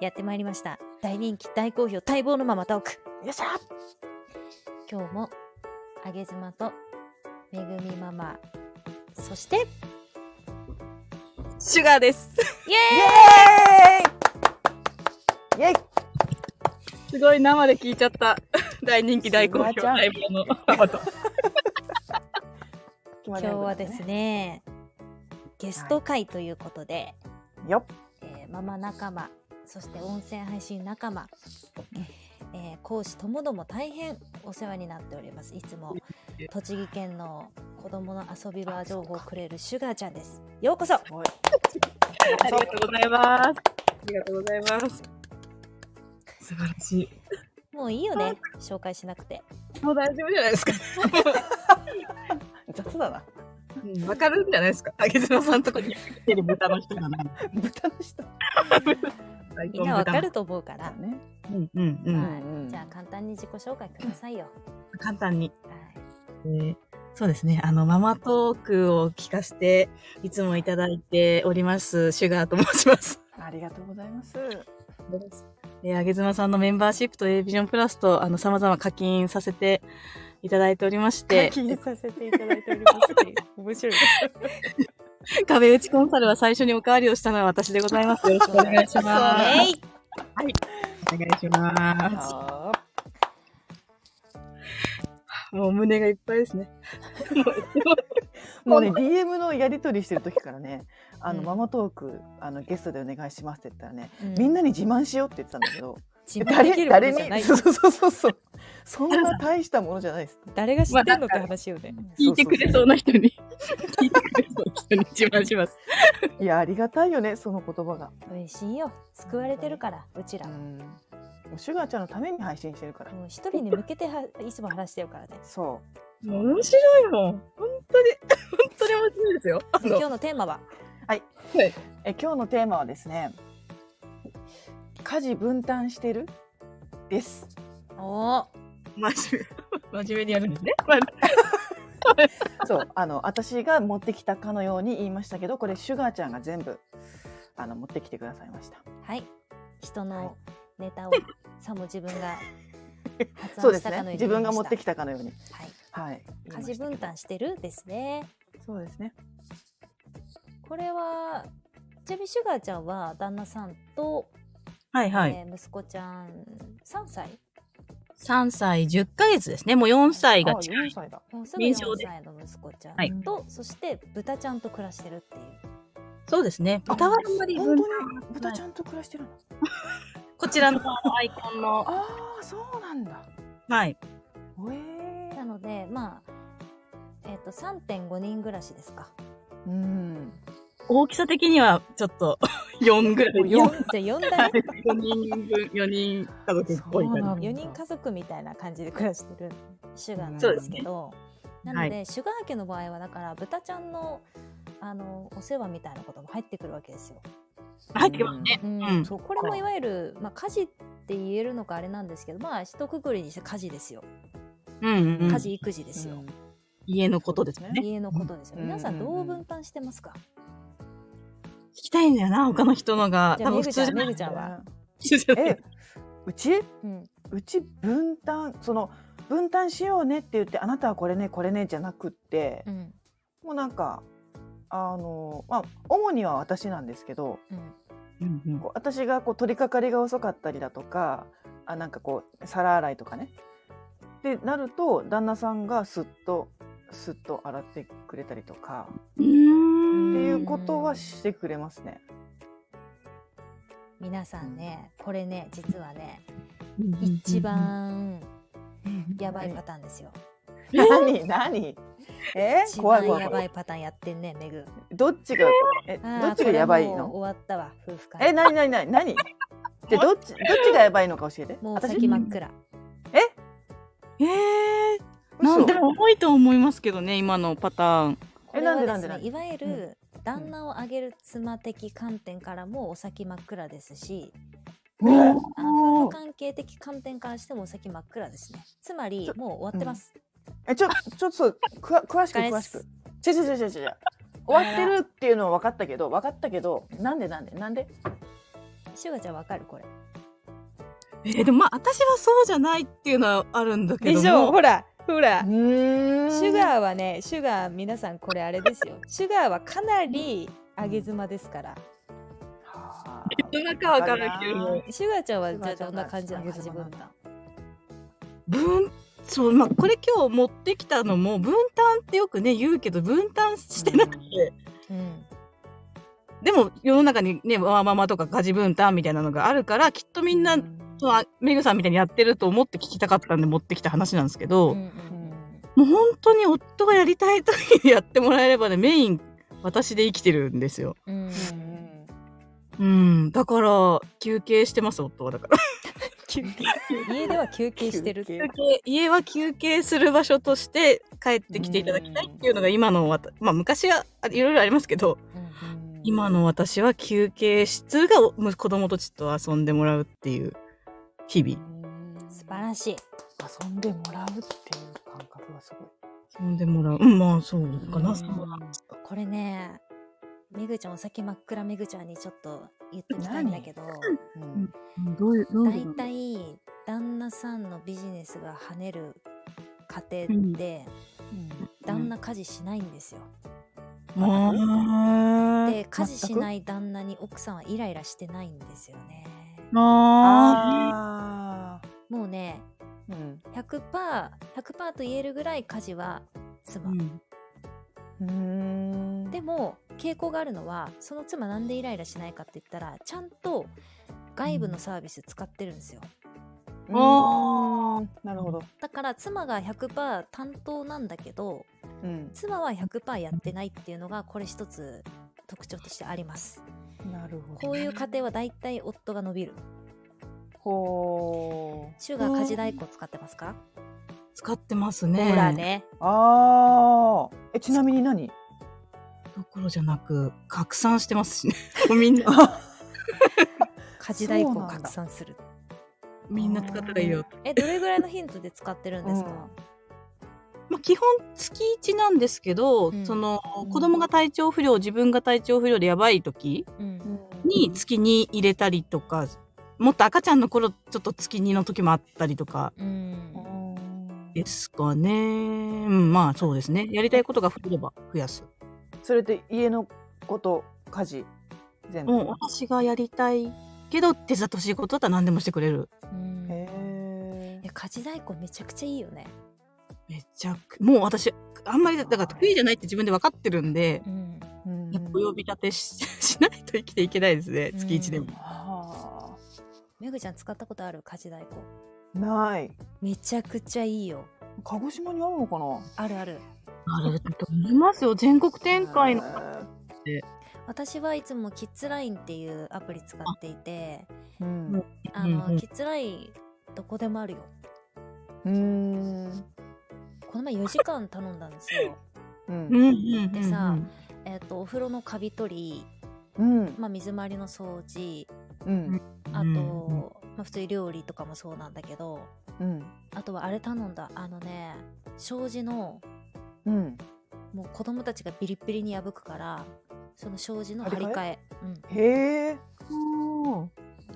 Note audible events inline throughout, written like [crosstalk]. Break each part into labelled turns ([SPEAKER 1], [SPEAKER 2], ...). [SPEAKER 1] やってまいりました大人気大好評待望のママトーク
[SPEAKER 2] よっしゃ
[SPEAKER 1] 今日もあげずまとめぐみママそしてイエ
[SPEAKER 2] シュガーです。イ
[SPEAKER 1] ーイ
[SPEAKER 2] エーイイエイ
[SPEAKER 3] すごい生で聞いちゃ [laughs] った。大人気大好
[SPEAKER 2] すが
[SPEAKER 3] 評
[SPEAKER 2] ちゃん
[SPEAKER 3] 待望のママと。
[SPEAKER 2] 今
[SPEAKER 1] 今日はです。ねゲスト会ということで、
[SPEAKER 2] よっ。
[SPEAKER 1] えーママ仲間そして温泉配信仲間、えー講師ともども大変お世話になっておりますいつも栃木県の子供の遊び場情報をくれるシュガーちゃんですようこそ
[SPEAKER 2] [laughs] おい
[SPEAKER 3] ありがとうございます。ありがとうございます。素晴らしい。
[SPEAKER 1] もういいよね紹介しなくて
[SPEAKER 3] もう大丈夫じゃないですか。
[SPEAKER 2] 雑だな。
[SPEAKER 3] うんわかるんじゃないですか。あげずまさんとこに来てる豚の人がない。
[SPEAKER 2] 豚の人
[SPEAKER 1] みんなわかると思うから
[SPEAKER 2] だ、ね。
[SPEAKER 3] うんうんう
[SPEAKER 1] は
[SPEAKER 3] ん。
[SPEAKER 1] い
[SPEAKER 2] うんうん
[SPEAKER 1] じゃあ簡単に自己紹介くださいよ、
[SPEAKER 3] 簡単に。
[SPEAKER 1] はい
[SPEAKER 3] えーそうですね。あの、ママトークを聞かせて、いつもいただいております、シュガーと申します。
[SPEAKER 2] ありがとうございます。
[SPEAKER 3] えー、あげずまさんのメンバーシップと A ビジョンプラスと、あの、様々課金させていただいておりまして、
[SPEAKER 2] 課金させていただいておりますっていう。
[SPEAKER 1] [laughs]
[SPEAKER 2] 面白いです。
[SPEAKER 3] 壁打ちコンサルは最初におかわりをしたのは私でございます。よろしくお願いします。
[SPEAKER 2] は
[SPEAKER 1] えい
[SPEAKER 3] お願いしま
[SPEAKER 2] あ
[SPEAKER 3] す。もう胸がいっぱいですね。
[SPEAKER 2] ーもうね、DM のやり取りしてる時からね、あの、
[SPEAKER 1] うん
[SPEAKER 2] ママトーク、あの、ゲストでお願いしますって言ったらね、
[SPEAKER 1] うん
[SPEAKER 2] みんなに自慢しようって言ってたんだけど、
[SPEAKER 1] 自慢できるものじゃな
[SPEAKER 2] 誰
[SPEAKER 1] い
[SPEAKER 2] に、 [laughs] そうそうそうそう。そんな大したものじゃないです。
[SPEAKER 1] 誰が知ってんのって話よね、
[SPEAKER 3] [laughs] 聞いてくれそうな人に、聞いてくれそうな人に自慢します。
[SPEAKER 2] いや、ありがたいよね、その言葉が。
[SPEAKER 1] 嬉しいよ救われてるからうちら、
[SPEAKER 2] うん。もうシュガーちゃんのために配信してるから。
[SPEAKER 1] もう一人に向けてはいつも話してるからね。
[SPEAKER 2] そ
[SPEAKER 3] もう面白いもん。本当に、本当に面白いですよ。あ
[SPEAKER 1] 今
[SPEAKER 3] の
[SPEAKER 1] 日のテーマは、
[SPEAKER 2] う。え、今日のテーマはですね。家事分担してる。です。
[SPEAKER 1] お
[SPEAKER 3] 真面目、真面目にやるんですね。まあ
[SPEAKER 2] そう、あの、私が持ってきたかのように言いましたけど、これシュガーちゃんが全部。あの、持ってきてくださいました。
[SPEAKER 1] はい、人のネタを、さも自分が発
[SPEAKER 2] そ
[SPEAKER 1] 案
[SPEAKER 2] うで
[SPEAKER 1] し
[SPEAKER 2] す
[SPEAKER 1] たか。
[SPEAKER 2] ね
[SPEAKER 1] のように
[SPEAKER 2] 自分が持ってき
[SPEAKER 1] た。
[SPEAKER 2] たかのように。
[SPEAKER 1] はい、
[SPEAKER 2] はい。
[SPEAKER 1] 家事分担
[SPEAKER 2] し。
[SPEAKER 1] してるですね。
[SPEAKER 2] そうですね。
[SPEAKER 1] これは、ちなみにシュガーちゃんは旦那さんと、
[SPEAKER 3] はいはい。
[SPEAKER 1] えー息子ちゃん3歳
[SPEAKER 3] 3歳10ヶ月ですね。もう4歳が
[SPEAKER 2] あ、
[SPEAKER 3] 近
[SPEAKER 2] 四
[SPEAKER 3] い。
[SPEAKER 2] 歳だ。
[SPEAKER 1] もうすぐ
[SPEAKER 3] 臨床
[SPEAKER 1] 4
[SPEAKER 3] で
[SPEAKER 1] 歳の息子ちゃ
[SPEAKER 3] は
[SPEAKER 1] ん
[SPEAKER 3] い
[SPEAKER 1] と、そして豚ちゃんと暮らしてるっていう。
[SPEAKER 3] そうですね。豚はあんまり
[SPEAKER 2] 本
[SPEAKER 3] 分
[SPEAKER 2] 当
[SPEAKER 3] 担
[SPEAKER 2] に豚ちゃんと暮らしてるの。
[SPEAKER 3] こちらのあのアイコンの、
[SPEAKER 2] ああ、そうなんだ。
[SPEAKER 3] はい。
[SPEAKER 2] ほえー
[SPEAKER 1] なので、まあ、えっ、と、3.5人暮らしですか。
[SPEAKER 2] うん。
[SPEAKER 3] 大きさ的にはちょっと [laughs] 4ぐらい。
[SPEAKER 2] お
[SPEAKER 1] 四
[SPEAKER 2] 四
[SPEAKER 1] じゃあ4だ
[SPEAKER 3] はい
[SPEAKER 1] ね。
[SPEAKER 3] 4人分、4人家族っぽい
[SPEAKER 2] そうな
[SPEAKER 3] 感
[SPEAKER 2] んだ
[SPEAKER 1] 4人家族みたいな感じで暮らしてるシュガーなん
[SPEAKER 3] そうで
[SPEAKER 1] ですす
[SPEAKER 3] ね
[SPEAKER 1] けどなので、シュガー家の場合はだから豚ちゃんのあのお世話みたいなことも入ってくるわけですよ。
[SPEAKER 3] じ。入ってますね。
[SPEAKER 1] うん
[SPEAKER 3] うん
[SPEAKER 2] そっか
[SPEAKER 1] これもいわゆる、まあ、家事って言えるのかあれなんですけどまあ一括りにして家事ですよ
[SPEAKER 3] うんうん
[SPEAKER 1] 家事育児ですよ、
[SPEAKER 3] 家のことですね。聞
[SPEAKER 1] 家のことですよ、
[SPEAKER 2] うん
[SPEAKER 1] 皆さんどう分担してますか、
[SPEAKER 3] きたいんだよな、他の人のが。
[SPEAKER 1] じゃあ
[SPEAKER 3] 多分
[SPEAKER 1] め
[SPEAKER 3] 普
[SPEAKER 1] ぐちゃ
[SPEAKER 3] 通じ
[SPEAKER 1] ん
[SPEAKER 3] ゃな
[SPEAKER 1] め
[SPEAKER 3] い。
[SPEAKER 1] ぐちゃんは、
[SPEAKER 3] 普通じゃない
[SPEAKER 2] えうち
[SPEAKER 1] うん、
[SPEAKER 2] うち分担その分担しようねって言ってあなたはこれねこれねじゃなくって
[SPEAKER 1] う、ん
[SPEAKER 2] もうなんかあのまあ主には私なんですけど
[SPEAKER 1] うん
[SPEAKER 3] うんうん
[SPEAKER 2] こう私がこう取り掛かりが遅かったりだとかあなんかこう皿洗いとかねってなると旦那さんがすっとすっと洗ってくれたりとか
[SPEAKER 3] うーん
[SPEAKER 2] っていうことはしてくれますね。
[SPEAKER 1] 皆さんねこれね実はね
[SPEAKER 3] うんうんうん
[SPEAKER 1] 一番
[SPEAKER 3] うん
[SPEAKER 1] やばいパターンですよ。
[SPEAKER 2] 何何え
[SPEAKER 1] 一
[SPEAKER 2] 怖
[SPEAKER 1] 番
[SPEAKER 2] い怖い
[SPEAKER 1] や
[SPEAKER 2] 怖
[SPEAKER 1] ば
[SPEAKER 2] い
[SPEAKER 1] いパターンやってんねめぐ。
[SPEAKER 2] どっちがえ
[SPEAKER 1] あー
[SPEAKER 2] どっちがやばい
[SPEAKER 1] これもう
[SPEAKER 2] の
[SPEAKER 1] 終わったわ夫婦間
[SPEAKER 2] え、なになになになにで、どっち、どっちがやばいのか教えて。
[SPEAKER 1] もう
[SPEAKER 2] 私
[SPEAKER 1] 先真っ暗
[SPEAKER 3] えー、なん
[SPEAKER 2] 嘘
[SPEAKER 3] でも多いと思いますけどね、今のパターン。
[SPEAKER 1] これは
[SPEAKER 2] なんで
[SPEAKER 1] で
[SPEAKER 2] な
[SPEAKER 1] す
[SPEAKER 2] ん
[SPEAKER 1] ね
[SPEAKER 2] でなんで
[SPEAKER 1] いわゆる旦那を挙げる妻的観点からもお先真っ暗ですし
[SPEAKER 2] ね
[SPEAKER 1] あの夫婦関係的観点からしてもお先真っ暗ですねつまり
[SPEAKER 2] ちょ
[SPEAKER 1] もう終わってます、
[SPEAKER 2] え、ちょ、ちょっとそう、くわ、詳しく、
[SPEAKER 1] お疲れっ
[SPEAKER 2] 詳し
[SPEAKER 1] す
[SPEAKER 2] く。ちょちょちょちょちょ。終わってるっていうのは分かったけど、分かったけど、なんでなんで、なんで。
[SPEAKER 1] シュガちゃんわかるこれ。
[SPEAKER 3] えーでもまあ私はそうじゃないっていうのはあるんだけど
[SPEAKER 1] で
[SPEAKER 3] も
[SPEAKER 1] しょほらほら
[SPEAKER 2] う。ーん
[SPEAKER 1] シュガーはね、シュガー皆さんこれあれですよ。シュガーはかなり上げ妻ですから。
[SPEAKER 2] はあ
[SPEAKER 3] どんなかわからんけど
[SPEAKER 1] シュガーちゃんは
[SPEAKER 2] シュ
[SPEAKER 1] じゃ
[SPEAKER 2] ガ
[SPEAKER 1] あ
[SPEAKER 2] ーちゃ
[SPEAKER 1] ど
[SPEAKER 2] ん
[SPEAKER 1] んな感じなの
[SPEAKER 2] 上
[SPEAKER 1] 家
[SPEAKER 2] げ
[SPEAKER 1] 事
[SPEAKER 2] 妻な
[SPEAKER 1] 分
[SPEAKER 2] んだ
[SPEAKER 1] 担。
[SPEAKER 3] 分そうまあこれ今日持ってきたのも分担ってよくね言うけど分担してなくて、
[SPEAKER 1] うん。
[SPEAKER 3] でも世の中にねわーママとか家事分担みたいなのがあるからきっとみんな、そのあメグさんみたいにやってると思って聞きたかったんで持ってきた話なんですけど、
[SPEAKER 1] うんうん
[SPEAKER 3] もう本当に夫がやりたい時にやってもらえればねメイン私で生きてるんですよ。
[SPEAKER 1] うんうん
[SPEAKER 2] うんうん
[SPEAKER 3] うん、だから休憩してます夫はだから。
[SPEAKER 1] 休憩家では休憩してるっていう
[SPEAKER 2] 休
[SPEAKER 3] 家は休憩する場所として帰ってきていただきたいっていうのが今のわたまあ昔はいろいろありますけど
[SPEAKER 1] うん
[SPEAKER 3] 今の私は休憩室がお子供たちと遊んでもらうっていう日々
[SPEAKER 1] 素晴らしい。
[SPEAKER 2] 遊んでもらうっていう感覚がすごい。
[SPEAKER 3] 遊んでもらううんまあそうかな、そう
[SPEAKER 2] うん
[SPEAKER 1] これね、めぐちゃんお酒真っ暗めぐちゃんにちょっと言ってきたいんだけど、
[SPEAKER 2] うん
[SPEAKER 3] どういうど
[SPEAKER 1] 大体旦那さんのビジネスが跳ねる家庭って、旦那家事しないんですよ。
[SPEAKER 3] あー
[SPEAKER 1] で家事しない旦那に奥さんはイライラしてないんですよね。
[SPEAKER 3] あ
[SPEAKER 2] ああ。
[SPEAKER 1] もうね
[SPEAKER 2] うん。
[SPEAKER 1] 100%100% 100%と言えるぐらい家事は
[SPEAKER 3] ー
[SPEAKER 1] 妻、
[SPEAKER 3] うん
[SPEAKER 2] うーん。
[SPEAKER 1] でも傾向があるのはその妻なんでイライラしないかって言ったらちゃんと外部のサービス使ってるんですよ、
[SPEAKER 2] ああ。なるほど。
[SPEAKER 1] だから妻が100%担当なんだけど
[SPEAKER 2] うん。
[SPEAKER 1] 妻は100%やってないっていうのがこれ一つ特徴としてあります
[SPEAKER 2] なるほど。
[SPEAKER 1] こういう家庭はだいたい夫が伸びる
[SPEAKER 2] ほう。
[SPEAKER 1] シュガー家事代行使ってますか、
[SPEAKER 3] 使ってますね
[SPEAKER 1] ほらね
[SPEAKER 2] ああ。え、ちなみに何。
[SPEAKER 3] どころじゃなく拡散してますしね [laughs] みんな
[SPEAKER 2] あ
[SPEAKER 1] 家事代行
[SPEAKER 2] そうなんだ
[SPEAKER 1] 拡散する
[SPEAKER 3] みんな使ったらいいよ
[SPEAKER 1] えどれぐらいのヒントで使ってるんですか、
[SPEAKER 3] まあ、基本月1なんですけど、
[SPEAKER 1] うん
[SPEAKER 3] その
[SPEAKER 2] うん
[SPEAKER 3] 子供が体調不良自分が体調不良でやばい時
[SPEAKER 1] うん
[SPEAKER 3] に月に入れたりとかもっと赤ちゃんの頃ちょっと月2の時もあったりとか
[SPEAKER 1] うん
[SPEAKER 3] ですかね、うん、まあそうですねやりたいことが増えれば増やす、
[SPEAKER 2] それって家のこと、家事。全部。
[SPEAKER 3] もう私がやりたいけど手伝ってほしいことだったら何でもしてくれる
[SPEAKER 1] うん
[SPEAKER 2] へえ
[SPEAKER 1] いや。家事代行めちゃくちゃいいよね、
[SPEAKER 3] めちゃくもう私あんまりだから得意じゃないって自分で分かってるんで
[SPEAKER 1] うん、
[SPEAKER 2] うん
[SPEAKER 3] やっぱお呼び立てししないと生きていけないですね月1でも。
[SPEAKER 2] は
[SPEAKER 1] めぐちゃん使ったことある家事代行
[SPEAKER 2] あ。ない。
[SPEAKER 1] めちゃくちゃいいよ
[SPEAKER 2] 鹿児島にあるのかな。
[SPEAKER 1] あるある
[SPEAKER 3] あれだと思いますよ全国展開の
[SPEAKER 2] へー
[SPEAKER 1] 私はいつもキッズラインっていうアプリ使っていて
[SPEAKER 2] うん。う
[SPEAKER 1] あの、
[SPEAKER 3] うんうん
[SPEAKER 1] キッズラインどこでもあるよ
[SPEAKER 2] ーん。
[SPEAKER 1] この前4時間頼んだんですよ
[SPEAKER 2] うん。
[SPEAKER 3] うんうん
[SPEAKER 1] でさえっとお風呂のカビ取り、
[SPEAKER 2] うん。
[SPEAKER 1] まあ、水回りの掃除
[SPEAKER 2] うん。
[SPEAKER 1] あと、
[SPEAKER 3] うん
[SPEAKER 1] まあ、普通に料理とかもそうなんだけど
[SPEAKER 2] うん。
[SPEAKER 1] あとはあれ頼んだあのね障子の
[SPEAKER 2] うん。
[SPEAKER 1] もう子供たちがビリビリに破くからその障子の張り替え
[SPEAKER 2] 張
[SPEAKER 1] うん、
[SPEAKER 2] へえ。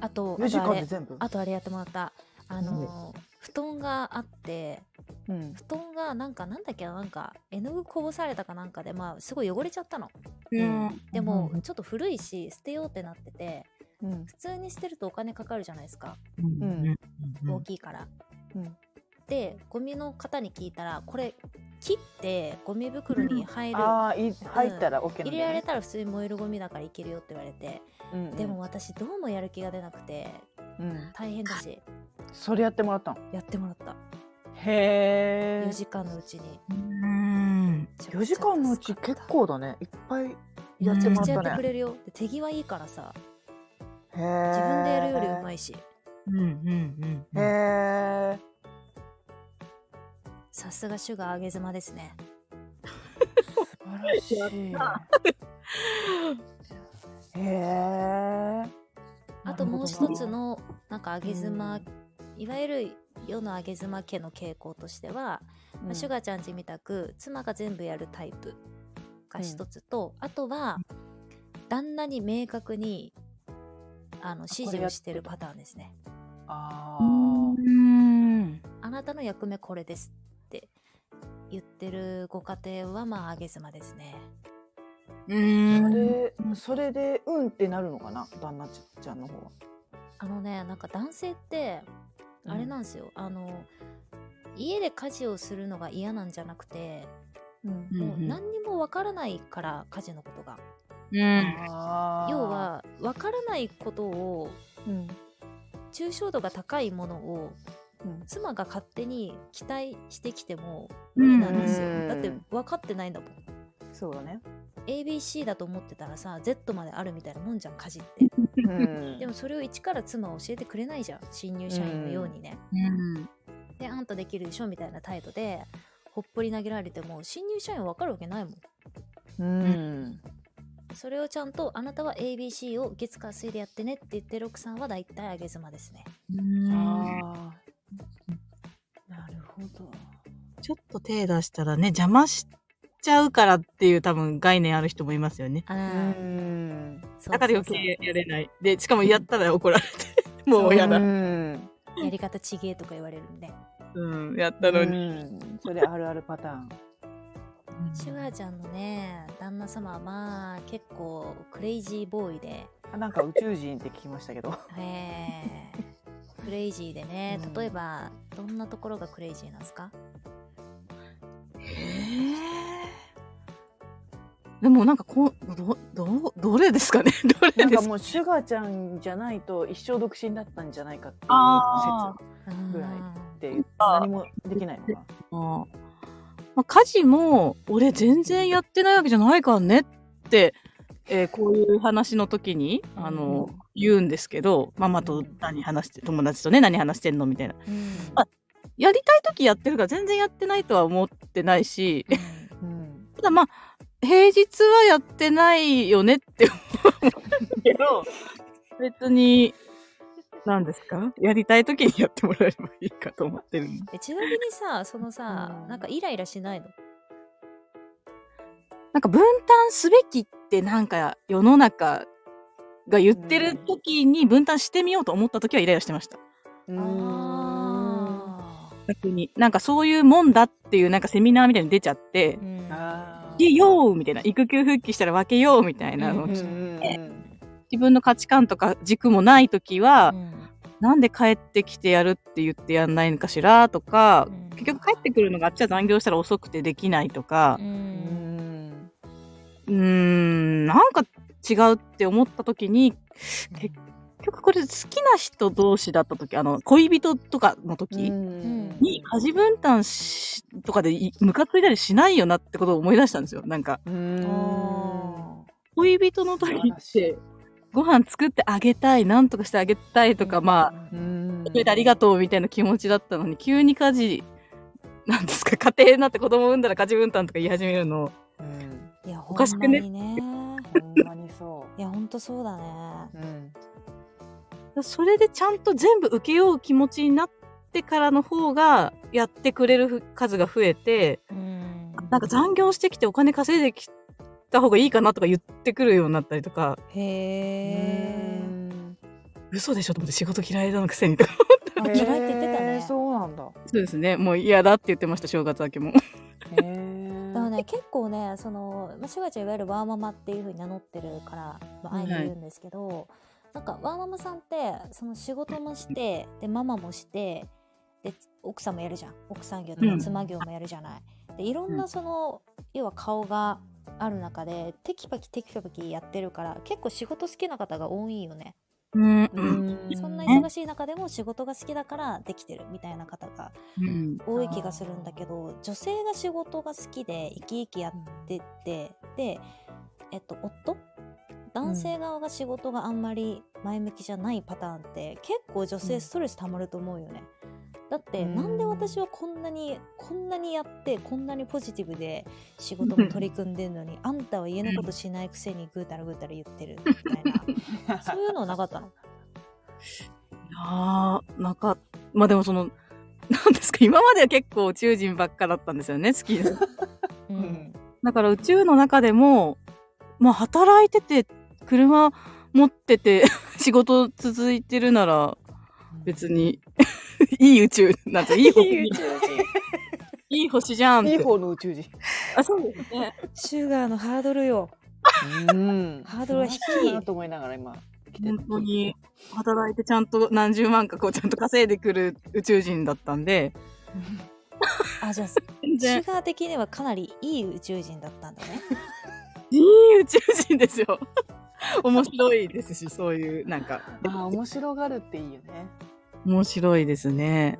[SPEAKER 1] あと
[SPEAKER 2] 四
[SPEAKER 1] あ
[SPEAKER 2] 時
[SPEAKER 1] とあ
[SPEAKER 2] 間で
[SPEAKER 1] れ
[SPEAKER 2] 全部。
[SPEAKER 1] あとあれやってもらったあのー布団があって
[SPEAKER 2] うん。
[SPEAKER 1] 布団がなんかなんだっけななんか絵の具こぼされたかなんかでまあすごい汚れちゃったの
[SPEAKER 3] うん
[SPEAKER 1] でもちょっと古いし捨てようってなってて
[SPEAKER 2] うん
[SPEAKER 1] 普。通に捨てるとお金かかるじゃないですか
[SPEAKER 3] うんうんうん
[SPEAKER 1] 大きいから、
[SPEAKER 2] うん。
[SPEAKER 1] でゴミの方に聞いたらこれ切ってゴミ袋に入る
[SPEAKER 2] ああ、い、入ったらオッケー。
[SPEAKER 1] 入れられ。たら普通に燃えるゴミだからいけるよって言われて
[SPEAKER 2] うん。
[SPEAKER 1] でも。私どうもやる気が出なくて
[SPEAKER 2] うん。
[SPEAKER 1] 大変だし
[SPEAKER 2] それやってもらったの。
[SPEAKER 1] やってもらった
[SPEAKER 2] へ
[SPEAKER 1] 4
[SPEAKER 2] え。
[SPEAKER 1] 時間のうちに
[SPEAKER 3] うん
[SPEAKER 2] 四時間のうち、結構だね。いっぱい。やって
[SPEAKER 1] め
[SPEAKER 2] も
[SPEAKER 1] っちゃ
[SPEAKER 2] ら
[SPEAKER 1] やっ
[SPEAKER 2] ってた
[SPEAKER 1] く
[SPEAKER 2] ね。
[SPEAKER 1] れるよで手際いいからさ
[SPEAKER 2] へえ。
[SPEAKER 1] 自分でやるよりうまいし
[SPEAKER 3] うんうん
[SPEAKER 2] へ
[SPEAKER 3] うん
[SPEAKER 2] え。
[SPEAKER 1] さすがシュガーあげ妻ですね
[SPEAKER 2] 素晴らし
[SPEAKER 1] [laughs]
[SPEAKER 2] い。へえ。
[SPEAKER 1] あともう一つ
[SPEAKER 2] なるほどな。
[SPEAKER 1] のなんかあげ妻いわゆる世のあげ妻家の傾向としては、まあシュガーちゃんちみたく妻が全部やるタイプが一つと、あとは旦那に明確にあの指示をしてるパターンですね。
[SPEAKER 2] あ
[SPEAKER 3] う
[SPEAKER 2] あ。
[SPEAKER 3] ん。
[SPEAKER 1] あなたの役目これですって言ってるご家庭はまあ上げ妻ですね。
[SPEAKER 3] うん。
[SPEAKER 2] それ、それで、うんってなるのかな、旦那ちゃんの方は。
[SPEAKER 1] あのねなんか男性って
[SPEAKER 2] うん
[SPEAKER 1] あれなんですよ、あの家で家事をするのが嫌なんじゃなくて
[SPEAKER 2] うん
[SPEAKER 3] うん
[SPEAKER 1] もう何にもわからないから家事のことが。
[SPEAKER 3] うん。
[SPEAKER 2] あー
[SPEAKER 1] 要、はわからないことを
[SPEAKER 2] うん、
[SPEAKER 1] 抽象度が高いものを
[SPEAKER 2] うん
[SPEAKER 1] 妻が勝手に期待してきても
[SPEAKER 3] う
[SPEAKER 1] 無理
[SPEAKER 3] ん
[SPEAKER 1] なんですよ、
[SPEAKER 2] うん
[SPEAKER 1] だって分かってないんだもん
[SPEAKER 2] そうだね。
[SPEAKER 1] ABC だと思ってたらさ Z まであるみたいなもんじゃん家事
[SPEAKER 2] [laughs]
[SPEAKER 1] って
[SPEAKER 2] うん
[SPEAKER 1] でもそれを一から妻は教えてくれないじゃん新入社員のようにね、
[SPEAKER 3] うん。
[SPEAKER 1] であんたできるでしょみたいな態度でほっぽり投げられても新入社員は分かるわけないもん
[SPEAKER 2] うん、
[SPEAKER 1] それをちゃんとあなたは ABC を月火水でやってねって言ってる奥さんは大体上げ妻ですね
[SPEAKER 2] ああ。なるほど。
[SPEAKER 3] ちょっと手出したらね、邪魔しちゃうからっていう多分概念ある人もいますよね。
[SPEAKER 1] あ
[SPEAKER 2] う
[SPEAKER 1] ら
[SPEAKER 2] ん。
[SPEAKER 3] だから余計やれない。で、しかもやったら怒られて、
[SPEAKER 1] そう
[SPEAKER 3] もうや
[SPEAKER 2] う
[SPEAKER 3] だ。
[SPEAKER 2] ん。
[SPEAKER 1] やり方ちげえとか言われるんで
[SPEAKER 3] うん、やったのに。
[SPEAKER 2] うんそれあるあるパターン。
[SPEAKER 1] シュワちゃんのね旦那様はまあ結構クレイジーボーイで
[SPEAKER 2] あなんか宇宙人って聞きましたけど。
[SPEAKER 1] えークレイジーでね
[SPEAKER 2] うん
[SPEAKER 1] 例えばどんなところがクレイジーなんですか
[SPEAKER 3] でもなんかこう、ど、ど、どれですかねど
[SPEAKER 2] な
[SPEAKER 3] れ
[SPEAKER 2] ん
[SPEAKER 3] で
[SPEAKER 2] か
[SPEAKER 3] すか
[SPEAKER 2] もうシュガーちゃんじゃないと一生独身だったんじゃないかっていう
[SPEAKER 3] あ
[SPEAKER 2] 説
[SPEAKER 1] ぐ
[SPEAKER 2] ぐらい
[SPEAKER 1] い
[SPEAKER 2] っていう何もできないのか。
[SPEAKER 3] まあ、家事も、俺全然やってないわけじゃないからねって、えーこういう話の時に、あの、言うんですけど、ママと何話して、友達とね、何話してんのみたいな。やりたい時やってるから全然やってないとは思ってないし、
[SPEAKER 2] うん。
[SPEAKER 3] ただまあ、平日はやってないよねって思うけど、別に、何ですかやりたい時にやってもらえればいいかと思ってるんで。
[SPEAKER 1] えちなみにさそのさ
[SPEAKER 2] うん
[SPEAKER 1] なんかイライラしないの
[SPEAKER 3] なんか分担すべきってなんか世の中が言ってる時に分担してみようと思った時はイライラしてました。
[SPEAKER 2] あ
[SPEAKER 1] あ
[SPEAKER 3] 逆に。なんかそういうもんだっていうなんかセミナーみたいに出ちゃって
[SPEAKER 1] ー、うん
[SPEAKER 2] あー。
[SPEAKER 3] 分けようみたいな、育休復帰したら分けようみたいなのを、
[SPEAKER 1] うん
[SPEAKER 2] うんうんうん
[SPEAKER 3] 自分の価値観とか軸もない時は、
[SPEAKER 1] うん
[SPEAKER 3] なんで帰ってきてやるって言ってやんないのかしらとか、
[SPEAKER 1] うん
[SPEAKER 3] 結局帰ってくるのがあっちは残業したら遅くてできないとか
[SPEAKER 1] う、
[SPEAKER 2] うんん。
[SPEAKER 3] うーん、なんか違うって思った時に、結結局これ好きな人同士だった時、あの、恋人とかの時
[SPEAKER 2] うん
[SPEAKER 3] に家事分担しとかでいムカついたりしないよなってことを思い出したんですよ。なんか、
[SPEAKER 2] うん
[SPEAKER 1] あ
[SPEAKER 3] 恋人の時っ
[SPEAKER 2] 素晴ら
[SPEAKER 3] て、ご飯作ってあげたい、なんとかしてあげたいとか、まあ、
[SPEAKER 2] うん
[SPEAKER 3] くれてありがとうみたいな気持ちだったのに急に家事なんですか家庭になって子供産んだら家事分担とか言い始めるの
[SPEAKER 2] うん
[SPEAKER 1] いやほ
[SPEAKER 3] おかし
[SPEAKER 1] ん
[SPEAKER 3] く
[SPEAKER 1] ま
[SPEAKER 3] ね
[SPEAKER 1] にね
[SPEAKER 2] ほんまにそ
[SPEAKER 1] いやほんとそうだね
[SPEAKER 2] う。うん。
[SPEAKER 3] それでちゃんと全部受けよう気持ちになってからの方がやってくれる数が増えて
[SPEAKER 1] うん
[SPEAKER 3] なんか残業してきてお金稼いできた方がいいかなとか言ってくるようになったりとか
[SPEAKER 1] へえ
[SPEAKER 2] うん
[SPEAKER 3] 嘘でしょと思って仕事嫌いなのくせにとか
[SPEAKER 1] あ嫌いって言ってた
[SPEAKER 2] へー
[SPEAKER 1] ね
[SPEAKER 2] そうなんだ。
[SPEAKER 3] そうですね [laughs] もう嫌だって言ってました正月明けも
[SPEAKER 2] へー
[SPEAKER 1] だからね結構ねその、まあ、シュガちゃんいわゆるワーママっていうふうに名乗ってるから、まあ、あえて言うんですけど、なんかワーママさんってその仕事もしてでママもしてで奥さんもやるじゃん奥さん業と
[SPEAKER 3] う
[SPEAKER 1] か
[SPEAKER 3] ん
[SPEAKER 1] 妻業もやるじゃない、でいろんなその、要は顔がある中でテキパキテキパキやってるから結構仕事好きな方が多いよね、
[SPEAKER 3] うんう
[SPEAKER 2] うんん
[SPEAKER 1] そんな忙しい中でも仕事が好きだからできてるみたいな方が
[SPEAKER 3] うん
[SPEAKER 1] 多い気がするんだけど女性が仕事が好きで生き生きやっててで、えっと、夫男性側が仕事があんまり前向きじゃないパターンって結構女性ストレスたまると思うよね。だって、
[SPEAKER 2] うん
[SPEAKER 1] なんで私はこんなにこんなにやってこんなにポジティブで仕事も取り組んでるの [laughs] にあんたは家のことしないくせにぐうたらぐうたら言ってるみたい [laughs] なそういうのなかったの
[SPEAKER 3] ああ、なんか、まあでもその、なんですか、今までは結構宇宙人ばっかだったんですよね、好きな。
[SPEAKER 1] うん
[SPEAKER 3] [laughs] だから宇宙の中でも、まあ働いてて、車持ってて、 [laughs] 仕事続いてるなら、別に、 [laughs] いい宇宙なんて、いい星、 [laughs] いい星じゃんって。
[SPEAKER 2] いい方の宇宙人。
[SPEAKER 3] あ、そうですね。
[SPEAKER 1] シュガーのハードルよ。
[SPEAKER 2] うん。
[SPEAKER 1] ハードルは低い
[SPEAKER 2] 素晴らしなと思いながら今来て
[SPEAKER 3] 本当に、働いてちゃんと何十万かこう、ちゃんと稼いでくる宇宙人だったんで、
[SPEAKER 1] あ、じゃあ、
[SPEAKER 3] 全
[SPEAKER 1] シ
[SPEAKER 3] 然
[SPEAKER 1] ュ、ガー的にはかなりいい宇宙人だったんだね。
[SPEAKER 3] いい宇宙人で
[SPEAKER 2] [laughs]
[SPEAKER 3] すよ。面白いですし、そういう、なんか、
[SPEAKER 2] あー面白がるっていいよね。
[SPEAKER 3] 面白いですね。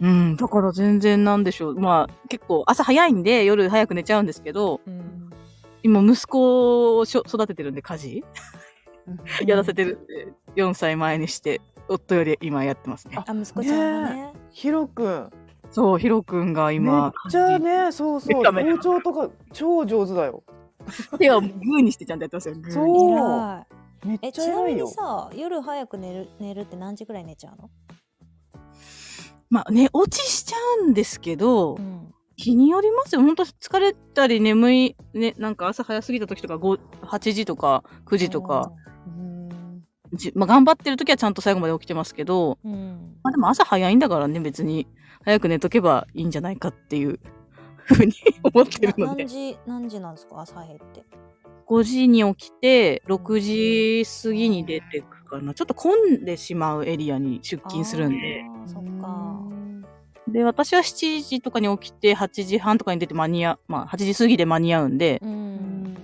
[SPEAKER 3] うん、だから全然なんでしょう。まあ、結構朝早いんで夜早く寝ちゃうんですけど、
[SPEAKER 1] うん。
[SPEAKER 3] 今息子をしょ育ててるんで家事
[SPEAKER 2] うん
[SPEAKER 3] やらせてるんで、4歳前にして、夫より今やってますね
[SPEAKER 2] あ。
[SPEAKER 1] [laughs] あ、息子ちゃんがね。
[SPEAKER 2] ヒロ君、
[SPEAKER 3] そう、ヒロくんが
[SPEAKER 2] めっ
[SPEAKER 3] 今、
[SPEAKER 2] ちゃね、そうそう、
[SPEAKER 3] ダメだ
[SPEAKER 2] 包丁とか超上手だよ。
[SPEAKER 3] 手をグーにしてちゃんとやってますよ、グー
[SPEAKER 2] そう
[SPEAKER 3] に。
[SPEAKER 1] 偉い。
[SPEAKER 2] めっ
[SPEAKER 1] え、
[SPEAKER 2] ちゃ
[SPEAKER 1] ちな
[SPEAKER 2] 偉
[SPEAKER 1] み
[SPEAKER 2] い
[SPEAKER 1] に
[SPEAKER 2] よ。
[SPEAKER 1] さ、夜早く寝る、寝るって何時くらい寝ちゃうの
[SPEAKER 3] まあね、落ちしちゃうんですけど、
[SPEAKER 1] うん。
[SPEAKER 3] 日によりますよ。本当疲れたり眠い、ね、なんか朝早すぎた時とか、5 8時とか9時とか、
[SPEAKER 2] うん
[SPEAKER 3] じまあ、頑張ってる時はちゃんと最後まで起きてますけど、
[SPEAKER 1] うん。
[SPEAKER 3] [laughs]
[SPEAKER 1] うん。
[SPEAKER 3] まあでも朝早いんだからね、別に早く寝とけばいいんじゃないかっていうふうに思ってる
[SPEAKER 1] な
[SPEAKER 3] ので
[SPEAKER 1] 何。
[SPEAKER 3] [laughs]
[SPEAKER 1] 時、何時なんですか朝早いって。
[SPEAKER 3] 5時に起きて、6時過ぎに出てくかな。ちょっと混んでしまうエリアに出勤するんで。
[SPEAKER 1] あー
[SPEAKER 2] そ
[SPEAKER 1] そ
[SPEAKER 2] っ
[SPEAKER 1] っ
[SPEAKER 2] か
[SPEAKER 1] か。。
[SPEAKER 3] で、私は7時とかに起きて、8時半とかに出て間に合う、まあ8時過ぎで間に合うんで、
[SPEAKER 1] うん。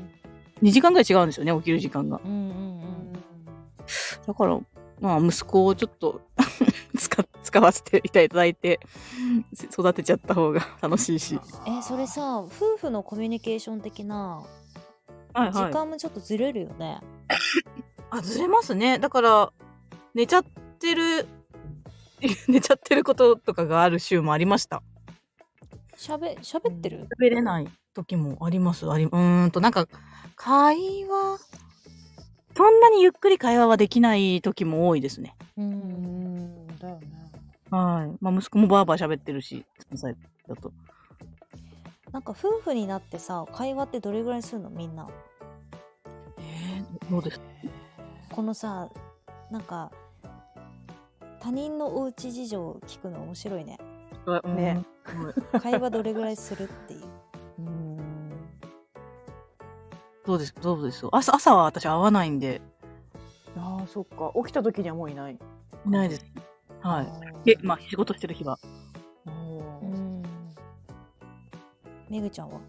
[SPEAKER 3] 2時間ぐらい違うんですよね、起きる時間が。
[SPEAKER 1] うんうんうん。
[SPEAKER 3] だから、まあ、息子をちょっと [laughs] 使、使わせていただいて、育てちゃった方が [laughs] 楽しいし。
[SPEAKER 1] えそれさ夫婦のコミュニケーション的な
[SPEAKER 3] はい
[SPEAKER 1] 時間もちょっとずれるよね、
[SPEAKER 3] あ、ずれますね。だから、寝ちゃってる、 [laughs] 寝ちゃってることとかがある週もありました。
[SPEAKER 1] しゃべしゃべってる、
[SPEAKER 3] 喋れない時もあります。あり、うーんと、なんか、会話、そんなにゆっくり会話はできない時も多いですね。
[SPEAKER 1] う
[SPEAKER 2] うんんだよね。
[SPEAKER 3] はい。まあ、息子もバーバー喋ってるし、3歳だと。
[SPEAKER 1] なんか夫婦になってさ会話ってどれぐらいするのみんな
[SPEAKER 3] えー、どうです
[SPEAKER 1] このさなんか他人のおうち事情を聞くの面白
[SPEAKER 2] [laughs]
[SPEAKER 1] いね
[SPEAKER 3] か
[SPEAKER 2] ね
[SPEAKER 3] うん
[SPEAKER 1] 会話どれぐらいするっていう
[SPEAKER 2] うん
[SPEAKER 3] どうですどうですよ朝朝は私会わないんで、
[SPEAKER 2] ああ、そっか。起きた時にはもういない。
[SPEAKER 3] いないです。はいい。え、まあ、仕事してる日は。
[SPEAKER 2] おー
[SPEAKER 1] うんめぐちゃんは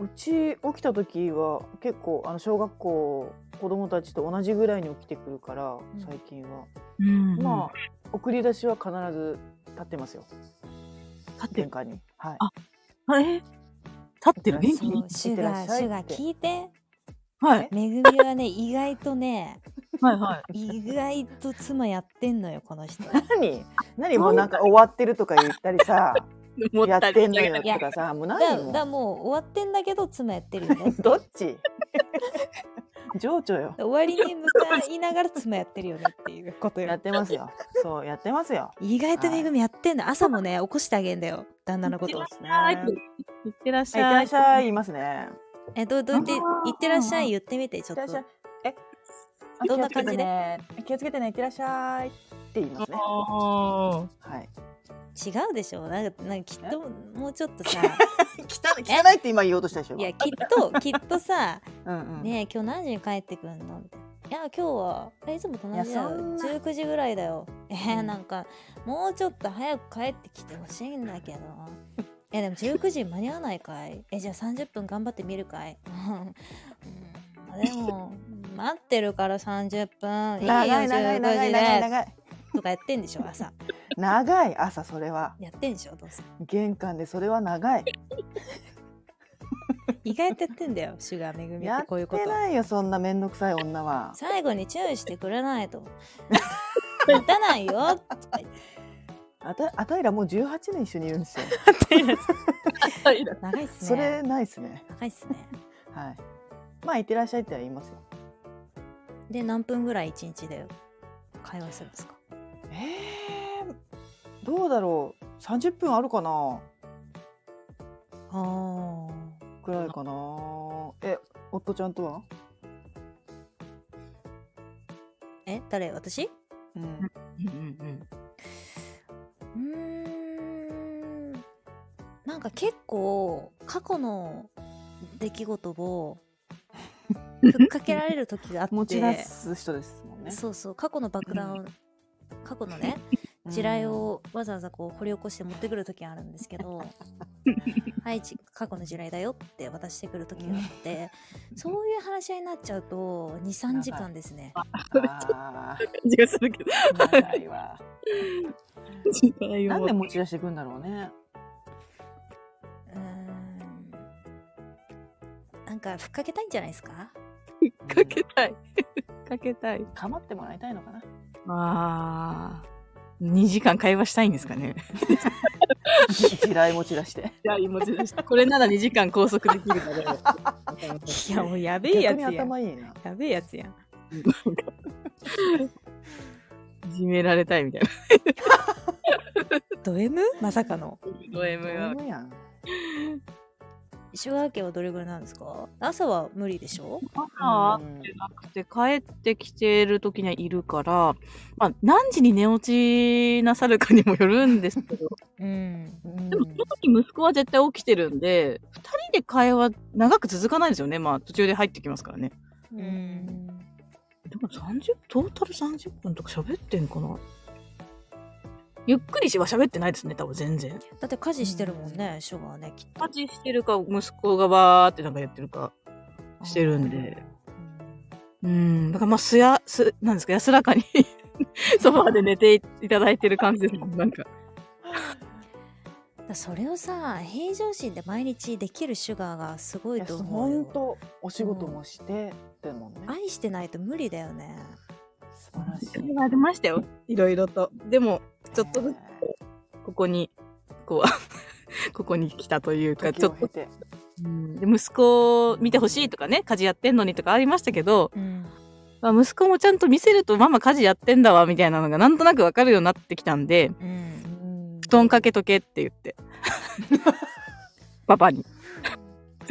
[SPEAKER 2] うち起きた時は結構あの小学校子供たちと同じぐらいに起きてくるから
[SPEAKER 1] ん
[SPEAKER 2] 最近は、
[SPEAKER 3] うん
[SPEAKER 2] まあ送り出しは必ず立ってますよ
[SPEAKER 3] あ、立って
[SPEAKER 2] 玄関にはい
[SPEAKER 3] ある。え立ってる
[SPEAKER 2] 立
[SPEAKER 3] 元
[SPEAKER 2] って
[SPEAKER 3] 気
[SPEAKER 1] そ
[SPEAKER 3] に
[SPEAKER 1] うシュガ
[SPEAKER 2] いってら
[SPEAKER 1] ー
[SPEAKER 2] っしゃい
[SPEAKER 1] シュ
[SPEAKER 2] っ
[SPEAKER 1] ガー
[SPEAKER 2] て
[SPEAKER 1] 聞いて
[SPEAKER 3] はい。
[SPEAKER 1] めぐみはね意外とね
[SPEAKER 3] はいはい。
[SPEAKER 1] 意外と妻やってんのよこの
[SPEAKER 2] [laughs]
[SPEAKER 1] 人
[SPEAKER 2] 何何もうなんか終わってるとか言ったりさ
[SPEAKER 3] も
[SPEAKER 2] やってんの
[SPEAKER 3] り
[SPEAKER 2] よとかさもう
[SPEAKER 1] だ
[SPEAKER 2] 何
[SPEAKER 1] だ
[SPEAKER 2] も
[SPEAKER 1] からもう終わってんだけど妻やってるよ
[SPEAKER 2] [laughs]
[SPEAKER 1] ね
[SPEAKER 2] どっち情
[SPEAKER 1] [laughs]
[SPEAKER 2] 緒よ
[SPEAKER 1] 終わりに向かいながら妻やってるよねっていうこと
[SPEAKER 2] [laughs] や
[SPEAKER 1] よ
[SPEAKER 2] ってますよそうやってますよ
[SPEAKER 1] 意外とめぐみやってんの朝もね起こしてあげんだよ旦那のことを
[SPEAKER 3] はい。
[SPEAKER 2] ね
[SPEAKER 3] いってらっ
[SPEAKER 2] い
[SPEAKER 3] し
[SPEAKER 2] ってら
[SPEAKER 3] ゃ
[SPEAKER 2] っ
[SPEAKER 3] い。
[SPEAKER 2] しゃい言いますね
[SPEAKER 1] えどうどうやって
[SPEAKER 3] あ
[SPEAKER 1] い
[SPEAKER 3] ー
[SPEAKER 1] ってらっしゃい言ってみてちょ
[SPEAKER 2] い
[SPEAKER 1] っ
[SPEAKER 2] ってらっしゃ
[SPEAKER 1] と
[SPEAKER 2] いえあ
[SPEAKER 1] どんな感じで
[SPEAKER 2] 気をつけてね気をつけてねいってらっしゃいって言いますね
[SPEAKER 3] あ
[SPEAKER 2] はい
[SPEAKER 1] 違うでしょなんかなんかきっともうちょっと
[SPEAKER 2] [laughs]
[SPEAKER 1] さ
[SPEAKER 2] 汚い汚いって今言おうとしたでしょ
[SPEAKER 1] いやきっときっとさ
[SPEAKER 2] うんうん、
[SPEAKER 1] ねえ今日何時に帰ってくんのみたいないや今日はえいつもと同じだよ
[SPEAKER 2] いやそんな
[SPEAKER 1] 19時ぐらいだよえー
[SPEAKER 2] うん
[SPEAKER 1] なんかもうちょっと早く帰ってきてほしいんだけどえでも19時間に合わないかいえじゃあ30分頑張ってみるかいうんでも待ってるから30分いいよ
[SPEAKER 2] 長い長い長
[SPEAKER 1] 19時
[SPEAKER 2] い長い
[SPEAKER 1] で
[SPEAKER 2] 長い
[SPEAKER 1] とかやってんでしょ朝
[SPEAKER 2] 長い朝それは
[SPEAKER 1] やってんでしょどうせ
[SPEAKER 2] 玄関でそれは長い
[SPEAKER 1] 意外とやってんだよシュガーめぐみっ
[SPEAKER 2] や
[SPEAKER 1] てこういう
[SPEAKER 2] っ
[SPEAKER 1] こ
[SPEAKER 2] て
[SPEAKER 1] と
[SPEAKER 2] ないよそんな面倒くさい女は
[SPEAKER 1] 最後に注意してくれない [laughs] と待たないよとか言って
[SPEAKER 2] あたあたいらもう18年一緒にいるんですよ
[SPEAKER 3] あ。
[SPEAKER 1] 長いっすね
[SPEAKER 2] それないですね
[SPEAKER 1] 高いっすね。
[SPEAKER 2] はいまあいってらっしゃいっては言いますよ
[SPEAKER 1] で何分ぐらい一日で会話するんですか。
[SPEAKER 2] えー、どうだろう30分あるかな
[SPEAKER 1] あ
[SPEAKER 2] くらいかなえ夫ちゃんとは
[SPEAKER 1] あ。え誰私
[SPEAKER 2] うん、
[SPEAKER 3] うんうん
[SPEAKER 1] うーんなんか結構過去の出来事 [laughs] をふっかけられる時があって
[SPEAKER 2] 持ち出す人ですもんね。
[SPEAKER 1] そうそう過去の爆弾を、
[SPEAKER 3] う
[SPEAKER 1] 過去のね
[SPEAKER 2] うん
[SPEAKER 1] 地雷をわざわざこう掘り起こして持ってくる時があるんですけ [laughs] どはいち過去の地雷だよって渡してくる時があってそういう話し合いになっちゃうと23時間ですね [laughs]
[SPEAKER 2] あー
[SPEAKER 3] 感じがするけど。
[SPEAKER 2] 長いわ。
[SPEAKER 3] 時代
[SPEAKER 2] なんで
[SPEAKER 3] を。
[SPEAKER 2] 持ち出していくんだろうね。
[SPEAKER 1] うーんなんかふっかけたいんじゃないですか
[SPEAKER 3] かけたい。かけたい。
[SPEAKER 2] かまってもらいたいのかな。 [laughs]
[SPEAKER 3] ああ。2時間会話したいんですかね。
[SPEAKER 2] 地雷持ち出して。
[SPEAKER 3] いや、今ちょっとこれなら2時間拘束できるだろう。
[SPEAKER 1] いやもうやべ
[SPEAKER 2] 逆に頭いいな。
[SPEAKER 1] やべえやつやん。
[SPEAKER 3] いじめられたいみたいな。
[SPEAKER 1] ド M? まさかの。
[SPEAKER 3] ド M は。
[SPEAKER 2] ド M やん。
[SPEAKER 1] シュガーケはどれぐらいなんですか朝は無理でしょ
[SPEAKER 3] 朝
[SPEAKER 2] うん
[SPEAKER 3] なくて帰ってきてる時にはいるから、まあ、何時に寝落ちなさるかにもよるんですけど、
[SPEAKER 1] うん。
[SPEAKER 2] うん
[SPEAKER 3] でもその時息子は絶対起きてるんで、二人で会話長く続かないですよね。まあ途中で入ってきますからね。
[SPEAKER 1] う
[SPEAKER 2] うん
[SPEAKER 1] ん。
[SPEAKER 3] でも30、トータル30分とか喋ってんかなゆっくりしは喋ってないですね、多分全然。
[SPEAKER 1] だって家事してるもんね、シュガーね、きっと。
[SPEAKER 3] 家事してるか、息子がバーってなんかやってるかしてるんで。うん、だからまあ、すや、す、なんですか、安らかに、 [laughs] ソファーで寝ていただいてる感じですもん、なん
[SPEAKER 1] だ
[SPEAKER 3] か。
[SPEAKER 1] からそれをさ、平常心で毎日できるシュガーがすご
[SPEAKER 2] い
[SPEAKER 1] い
[SPEAKER 2] や
[SPEAKER 1] と
[SPEAKER 2] そう
[SPEAKER 1] 思う
[SPEAKER 2] 本
[SPEAKER 1] よ。
[SPEAKER 2] 当お仕事もしてってもんね。
[SPEAKER 1] 愛してないと無理だよね。
[SPEAKER 2] 素晴らしい。
[SPEAKER 3] ありましたよ。いろいろと。でも、ちょっとずつ、ここに、こう、 [laughs] ここに来たというか、ち
[SPEAKER 2] 時
[SPEAKER 3] ょ
[SPEAKER 2] を
[SPEAKER 3] っと
[SPEAKER 2] 経、て。
[SPEAKER 3] うんで息子を見てほしいとかね、家事やってんのにとかありましたけど、
[SPEAKER 1] うん。
[SPEAKER 3] まあ、息子もちゃんと見せると、ママ家事やってんだわ、みたいなのがなんとなくわかるようになってきたんで、
[SPEAKER 1] う。
[SPEAKER 2] うんん
[SPEAKER 3] 布団かけとけって言
[SPEAKER 2] [laughs]
[SPEAKER 3] って。パパに。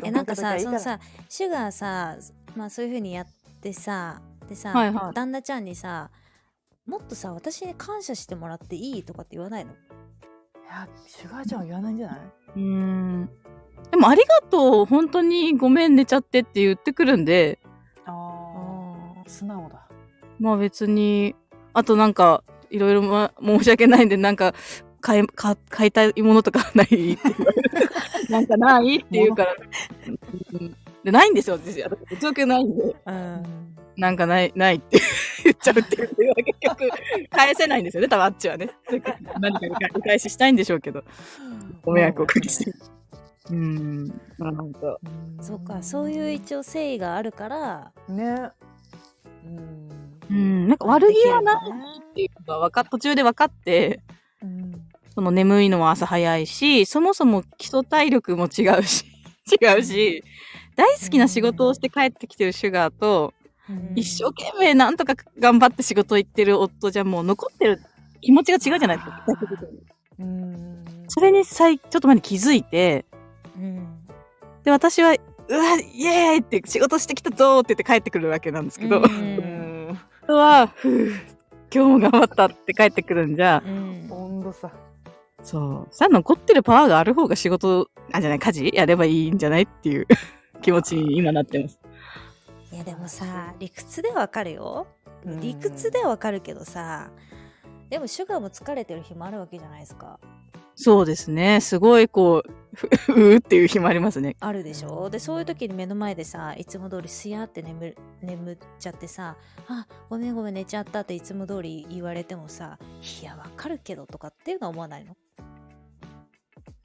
[SPEAKER 1] え、なんかさ、その、
[SPEAKER 2] 布団
[SPEAKER 1] さ、シュガーさ、まあそういうふうにやってさ、でさ、
[SPEAKER 3] はいはい
[SPEAKER 1] 旦那ちゃんにさ、もっとさ、私に感謝してもらっていいとかって言わないの
[SPEAKER 2] いや、シュガーちゃんは言わないんじゃないう
[SPEAKER 3] ーん。でも、ありがとう、本当にごめん、寝ちゃってって言ってくるんで、
[SPEAKER 2] あ
[SPEAKER 1] あ
[SPEAKER 2] あ、素直だ。
[SPEAKER 3] まあ別に、あとなんか、いろいろ、ま、申し訳ないんで、なんか、買え、買買いたいものとかないって言 [laughs] われてなんかないって言うから。うんで、ないんですよ、私。私、物欲ないんで。
[SPEAKER 1] あ。うん
[SPEAKER 3] なんかない、ないって言っちゃうっていうのが結局、返せないんですよね、多分あっちはね。何かお返ししたいんでしょうけど。ご迷惑をおかけして。うん。まあなんか、
[SPEAKER 2] うん
[SPEAKER 1] そうか、そういう一応誠意があるから、
[SPEAKER 2] ね。うん。
[SPEAKER 3] うん、なんか悪気はないっていうのがわか途中で分かって、
[SPEAKER 2] うん
[SPEAKER 3] その眠いのは朝早いし、そもそも基礎体力も違うし、 [laughs] 違うし、大好きな仕事をして帰ってきてるシュガーと、
[SPEAKER 1] うん
[SPEAKER 3] 一生懸命なんとか頑張って仕事行ってる夫じゃもう残ってる気持ちが違うじゃないですか。
[SPEAKER 2] うん。
[SPEAKER 3] それに最、ちょっと前に気づいて、
[SPEAKER 1] うん。
[SPEAKER 3] で、私は、うわ、イエーイって仕事してきたぞーって言って帰ってくるわけなんですけど、
[SPEAKER 1] う
[SPEAKER 3] [laughs]
[SPEAKER 2] うんん。
[SPEAKER 3] 夫は、ふぅ、今日も頑張ったって帰ってくるんじゃ、
[SPEAKER 1] うん
[SPEAKER 2] 温度差。
[SPEAKER 3] そう。さ、残ってるパワーがある方が仕事、あ、じゃない、家事やればいいんじゃないって [laughs] いう気持ちに今なってます。
[SPEAKER 1] いやでもさ理屈でわかるよ
[SPEAKER 2] うん
[SPEAKER 1] 理屈でわかるけどさでもシュガーも疲れてる日もあるわけじゃないですか
[SPEAKER 3] そうですね。すごい、こう、ふ、ふうっていう日もありますね。
[SPEAKER 1] あるでしょでそういう時に目の前でさいつも通りすやって眠る眠っちゃってさ「あごめんごめん寝ちゃった」っていつも通り言われてもさ「いやわかるけど」とかっていうのは思わないの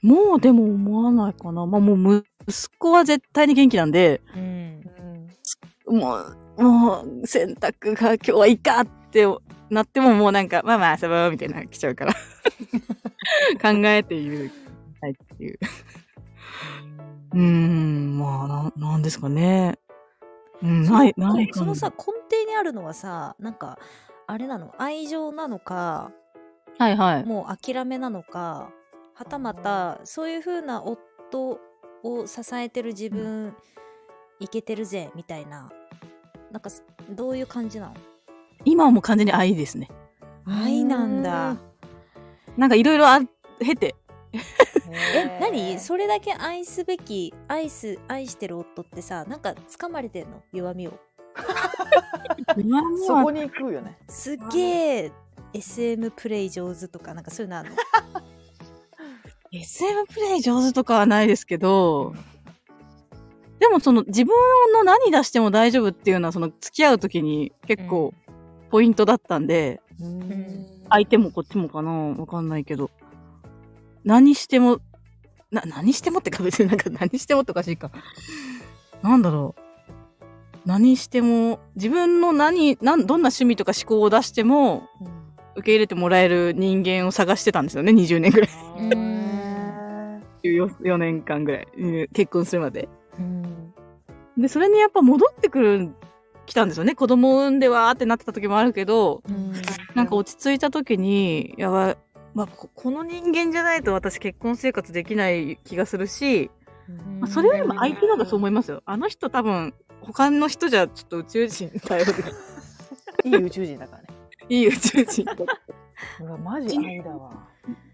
[SPEAKER 3] もうでも思わないかな。まあもうむ、息子は絶対に元気なんで、
[SPEAKER 1] うん
[SPEAKER 2] うん。
[SPEAKER 3] もう、もう、洗濯が今日はいいかってなってももうなんか、まあまあ遊ぼうみたいなの来ちゃうから。考えて言う。はいっていう。うーん、まあ、なんなんですかね。うん、ない、ない
[SPEAKER 1] こ
[SPEAKER 3] か
[SPEAKER 1] そ
[SPEAKER 3] も
[SPEAKER 1] のさ根底にあるのはさなんかあれなの愛情なのか
[SPEAKER 3] はいはい。
[SPEAKER 1] [laughs] もう諦めなのかはたまたそういう風な夫を支えてる自分いけてるぜみたいななんかどういう感じなの
[SPEAKER 3] 今はもう完全に愛ですね。
[SPEAKER 1] 愛なんだ。
[SPEAKER 3] なんかいろいろあ、経て。
[SPEAKER 1] え何
[SPEAKER 2] れ
[SPEAKER 1] それだけ愛すべき愛す愛してる夫ってさなんか掴まれてんの弱みを
[SPEAKER 3] 今の
[SPEAKER 2] そこ
[SPEAKER 3] は
[SPEAKER 2] に行くよね。
[SPEAKER 1] すっげえ SM プレイ上手とかなんかそういうのあるの
[SPEAKER 3] SM プレイ上手とかはないですけど、でもその自分の何出しても大丈夫っていうのはその付き合うときに結構ポイントだったんで、
[SPEAKER 1] ん
[SPEAKER 3] 相手もこっちもかなわかんないけど。何しても、な、何してもってか別になんか何してもっておかしいか。なんだろう。何しても、自分の何、なん、どんな趣味とか思考を出しても、受け入れてもらえる人間を探してたんですよね、20年ぐらい。
[SPEAKER 1] ん
[SPEAKER 3] 14 4年間ぐらい。うん結婚するまで。
[SPEAKER 1] うん
[SPEAKER 3] で、それにやっぱ戻ってくる、来たんですよね。子供産んでわーってなってた時もあるけど、
[SPEAKER 1] うん
[SPEAKER 3] なんか落ち着いた時に、やばい、まあ、ここの人間じゃないと私結婚生活できない気がするし、まあ、それよりも相手の方がそう思いますよ。あの人多分、他の人じゃちょっと宇宙人対応
[SPEAKER 1] [laughs]
[SPEAKER 3] できない。
[SPEAKER 2] いい宇宙人だからね。
[SPEAKER 3] いい宇宙人。
[SPEAKER 2] うわマジ愛だわ。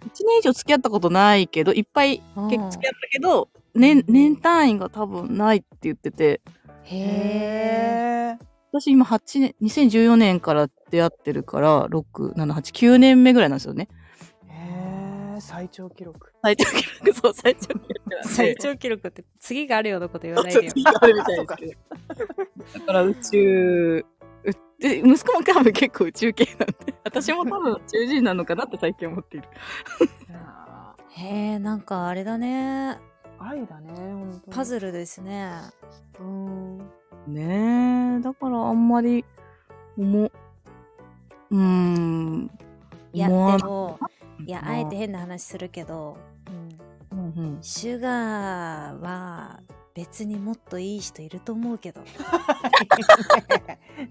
[SPEAKER 3] 一年以上付き合ったことないけど、いっぱい
[SPEAKER 1] うん
[SPEAKER 3] 結局付き合ったけど、年、年単位が多分ないって言ってて、
[SPEAKER 1] へえ
[SPEAKER 2] え。
[SPEAKER 3] 私今8年、2014年から出会ってるから、6、7、8、9年目ぐらいなんですよね。
[SPEAKER 2] へえ最長記録。
[SPEAKER 3] 最長記録、そう、最長記録なんで。
[SPEAKER 1] 最長記録って次があるようなこと言わない
[SPEAKER 3] ちょ
[SPEAKER 1] で
[SPEAKER 3] っ
[SPEAKER 1] よ
[SPEAKER 3] とあるみたいですけど。 [laughs] だから宇宙、うで息子も多分結構宇宙系なん [laughs] で、私も多分宇宙人なのかなって最近思っている。
[SPEAKER 2] あ
[SPEAKER 1] へえなんかあれだね
[SPEAKER 2] ー愛だね本当に。
[SPEAKER 1] パズルですね
[SPEAKER 2] うん。
[SPEAKER 3] ねえ、だからあんまり、思う、うーん、
[SPEAKER 1] いや
[SPEAKER 3] 思わ
[SPEAKER 1] で
[SPEAKER 3] な
[SPEAKER 1] もいや
[SPEAKER 3] まあ
[SPEAKER 1] あえて変な話するけど、うん
[SPEAKER 3] うんうん
[SPEAKER 1] シュガーは別にもっといい人いると思うけど
[SPEAKER 2] [laughs]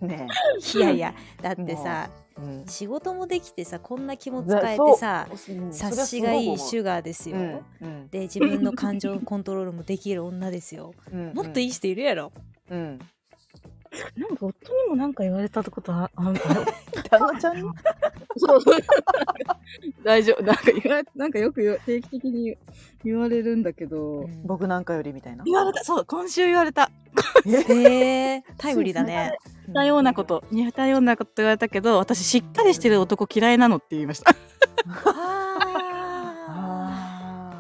[SPEAKER 2] ね
[SPEAKER 1] いやいやだってさ
[SPEAKER 2] え。うん
[SPEAKER 1] 仕事もできてさこんな気も使えてさ、察しがいいシュガーですよ、
[SPEAKER 2] うんうん
[SPEAKER 1] で自分の感情コントロールもできる女ですよ
[SPEAKER 2] うん、
[SPEAKER 1] もっとい
[SPEAKER 2] い。
[SPEAKER 1] い人いるやろ、
[SPEAKER 2] うん。
[SPEAKER 3] なんか夫にもなんか言われたことああ
[SPEAKER 2] 旦那ちゃんに。
[SPEAKER 3] そうそう。大丈夫。なんか言われ、なんかよく言わ定期的に言われるんだけど。
[SPEAKER 1] 僕
[SPEAKER 2] 僕なんかよりみたいな。
[SPEAKER 3] 言われたそう、今週言われた。
[SPEAKER 1] へえタイムリーだね
[SPEAKER 3] 似たようなこと、似たようなこと言われたけど、私しっかりしてる男嫌いなのって言いました。
[SPEAKER 1] あ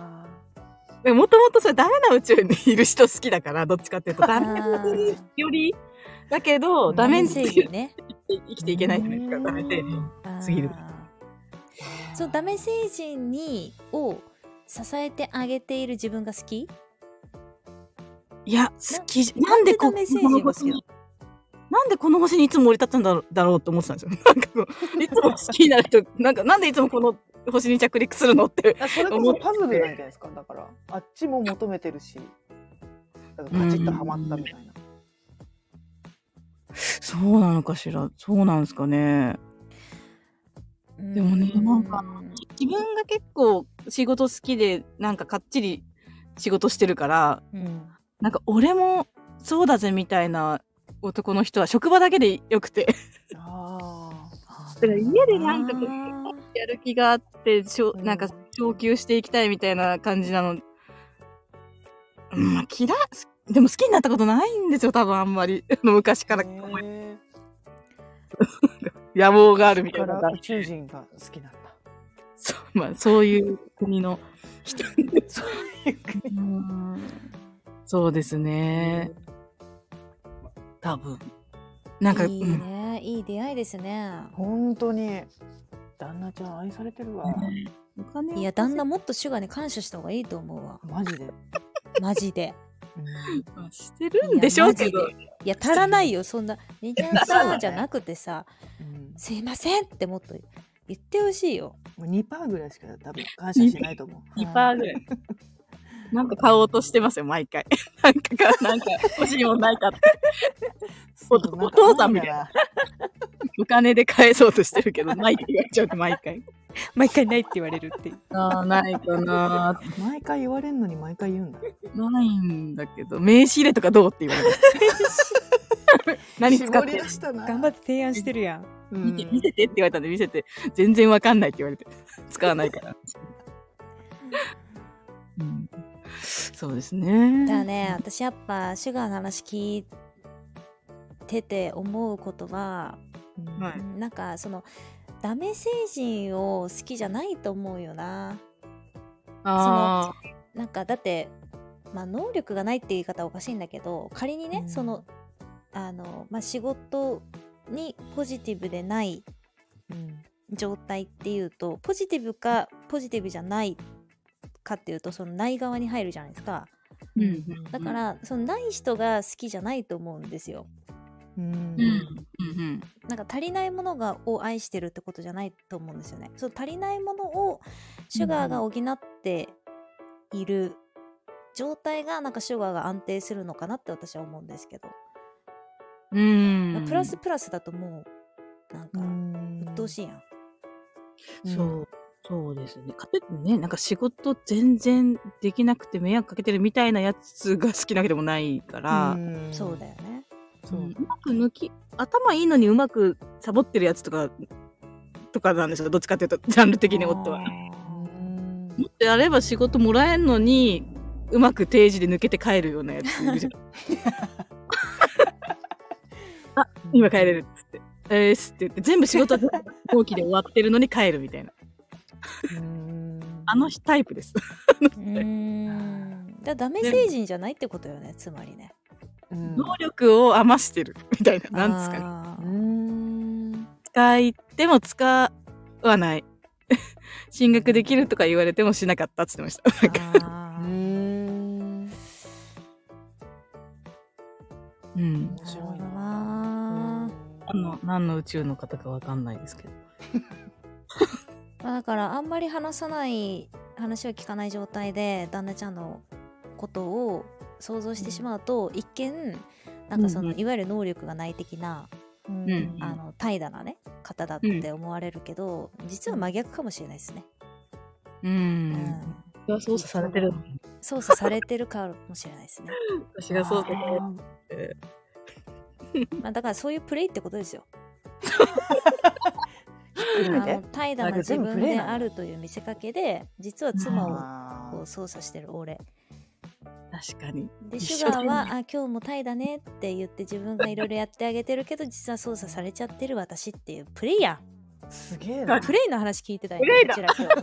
[SPEAKER 2] あ
[SPEAKER 3] [laughs] でもともとそれダメな宇宙にいる人好きだから、どっちかっていうと。ダメ
[SPEAKER 1] ー
[SPEAKER 3] より、だけど、
[SPEAKER 2] ん
[SPEAKER 3] ダメに
[SPEAKER 1] 正
[SPEAKER 3] 生
[SPEAKER 1] 義ね
[SPEAKER 3] きていけないじゃないですか、ダメで。すぎる
[SPEAKER 1] あーそうダメ成人にを支えてあげている自分が好き
[SPEAKER 3] いや、好きじなんでこ
[SPEAKER 1] なんでダメ成人が好きなの
[SPEAKER 3] なんでこの星にいつも降り立ったんだろうだろうと思ってたんですよ。 [laughs] なんかこう、いつも好きになる人、なんか、なんでいつもこの星に着陸するのって
[SPEAKER 2] あ。それこそパズルなんじゃないですか。だからあっちも求めてるし、だからカチッとハマったみたいな。
[SPEAKER 3] [laughs] そうなのかしら。そうなんですかね。
[SPEAKER 1] で
[SPEAKER 3] もねなんか自分が結構仕事好きでなんかかっちり仕事してるから
[SPEAKER 1] うん
[SPEAKER 3] なんか俺もそうだぜみたいな男の人は職場だけでよく [laughs] て
[SPEAKER 2] あ
[SPEAKER 3] だから家でなんかこうやる気があってしょ
[SPEAKER 2] うん
[SPEAKER 3] なんか昇給していきたいみたいな感じなの、うん、まあ嫌いでも好きになったことないんですよ多分あんまり [laughs] あの昔
[SPEAKER 2] あ。
[SPEAKER 3] から
[SPEAKER 2] へ
[SPEAKER 3] 野望がある
[SPEAKER 2] ー
[SPEAKER 3] みた
[SPEAKER 2] か
[SPEAKER 3] いな
[SPEAKER 2] ら宇宙人が好きなんだ。
[SPEAKER 3] そう,、まあ、そういう国の人 [laughs]
[SPEAKER 2] そういう国
[SPEAKER 3] そうですね多分なんか
[SPEAKER 1] いい
[SPEAKER 3] うん
[SPEAKER 1] ねいい出会いですね
[SPEAKER 2] 本当に旦那ちゃん愛されてるわ。
[SPEAKER 3] お金を
[SPEAKER 1] いや旦那もっとシュガーに感謝した方がいいと思うわ
[SPEAKER 2] マジで。
[SPEAKER 1] マジ [laughs] で
[SPEAKER 3] まあしてるんでしょうけ
[SPEAKER 1] いや
[SPEAKER 3] ど
[SPEAKER 1] マ。いや足らないよそんな「ねちゃんさ」じゃなくてさ
[SPEAKER 2] う
[SPEAKER 1] 「
[SPEAKER 2] ん
[SPEAKER 1] すいません」ってもっと言ってほしいよ
[SPEAKER 2] もう2パーぐらいしか多分感謝しないと思う。
[SPEAKER 3] 2%ぐらい。 [laughs] なんか買おうとしてますよ、毎回。 [laughs] なんかか、なんか欲しいもんないかって。お
[SPEAKER 2] そう
[SPEAKER 3] お父さんみたいな。
[SPEAKER 2] なんか
[SPEAKER 3] お金で返そうとしてるけど、 [laughs] ないって言われちゃうと毎回。
[SPEAKER 1] 毎回ないって言われるっていう
[SPEAKER 3] ああ、ないかな。
[SPEAKER 2] 毎回言われんのに毎回言うんだ。
[SPEAKER 3] ないんだけど、名刺入れ [laughs] とかどうって言われます。何使っ
[SPEAKER 2] 絞り
[SPEAKER 3] て
[SPEAKER 2] 出したな。
[SPEAKER 1] って提案してるやん
[SPEAKER 3] 見て、見せてって言われたんで見せて、全然わかんないって言われて、使わないから。 [laughs] うん、そうですね。
[SPEAKER 1] だからね、私やっぱシュガーの話聞いてて思うことは、うん
[SPEAKER 3] はい
[SPEAKER 1] なんかそのダメ成人を好きじゃないと思うよな。
[SPEAKER 3] あ
[SPEAKER 1] なんかだって、まあ、能力がないって言い方はおかしいんだけど仮にね、
[SPEAKER 2] うん
[SPEAKER 1] そのあの、まあ、仕事にポジティブでない状態っていうとポジティブかポジティブじゃないかっていうとそのない側に入るじゃないですか。
[SPEAKER 3] ーうん
[SPEAKER 1] だか、ら、そのない人が好きじゃないと思うんですよ。
[SPEAKER 2] うん
[SPEAKER 3] うん、うん、うん。
[SPEAKER 1] なんか足りないものがを愛してるってことじゃないと思うんですよね。その足りないものをシュガーが補っている状態がなんかシュガーが安定するのかなって私は思うんですけど、
[SPEAKER 3] うん。
[SPEAKER 1] プラスプラスだともうなんか
[SPEAKER 2] うん
[SPEAKER 1] 鬱陶しいやん。
[SPEAKER 3] そう。そうですね。かといってね、なんか仕事全然できなくて迷惑かけてるみたいなやつが好きなわけでもないから、
[SPEAKER 2] うん
[SPEAKER 1] そうだよね。
[SPEAKER 3] そうまく抜き、頭いいのにうまくサボってるやつとか、とかなんですよ。どっちかっていうと、ジャンル的に夫は。
[SPEAKER 2] うん
[SPEAKER 3] もっとやれば仕事もらえんのに、うまく定時で抜けて帰るようなやついるじゃん。あ、今帰れるっつって。えーすって言って、全部仕事は後期で終わってるのに帰るみたいな。
[SPEAKER 2] うん
[SPEAKER 3] あのタイプです。
[SPEAKER 1] うーん。だからダメ成人じゃないってことよね、つまりね。
[SPEAKER 2] うん
[SPEAKER 3] 能力を余してるみたいな。なんですかね。
[SPEAKER 1] か
[SPEAKER 2] う。ん
[SPEAKER 3] 使いでも使わない。 [laughs] 進学できるとか言われてもしなかったっつってました。なんか
[SPEAKER 1] あ
[SPEAKER 2] う
[SPEAKER 1] ー
[SPEAKER 2] ん
[SPEAKER 3] うん。
[SPEAKER 2] 面白い
[SPEAKER 1] なるほど
[SPEAKER 2] うん
[SPEAKER 1] な
[SPEAKER 3] 何の、何の宇宙の方かわかんないですけど。
[SPEAKER 1] まあ、だからあんまり話さない話を聞かない状態で旦那ちゃんのことを想像してしまうと、一見なんかその、
[SPEAKER 3] うんう
[SPEAKER 1] いわゆる能力がない的な、
[SPEAKER 2] うん
[SPEAKER 3] うん
[SPEAKER 1] あの怠惰なね方だって思われるけど、実は真逆かもしれないですね、
[SPEAKER 3] う
[SPEAKER 1] うん
[SPEAKER 3] ん。私が操作されてる。
[SPEAKER 1] 操作されてるかもしれないですね、
[SPEAKER 3] 私が操作されてる。
[SPEAKER 1] まあ、だからそういうプレイってことですよあ
[SPEAKER 2] 含め
[SPEAKER 1] の
[SPEAKER 2] て
[SPEAKER 1] 怠惰な自分であるという見せかけで実は妻を
[SPEAKER 2] あ
[SPEAKER 1] こう操作してる俺
[SPEAKER 3] 確かに。
[SPEAKER 1] で
[SPEAKER 3] 一
[SPEAKER 1] シュ
[SPEAKER 3] 緒だ
[SPEAKER 1] ガー
[SPEAKER 3] ね
[SPEAKER 1] は「あ今日もタイだね」って言って自分がいろいろやってあげてるけど実は操作されちゃってる私っていうプレイヤ
[SPEAKER 2] ーすげえ
[SPEAKER 1] ー
[SPEAKER 2] な
[SPEAKER 1] プレイの話聞いてたよ
[SPEAKER 3] プレイだ
[SPEAKER 1] うちら
[SPEAKER 3] [laughs]
[SPEAKER 1] 今日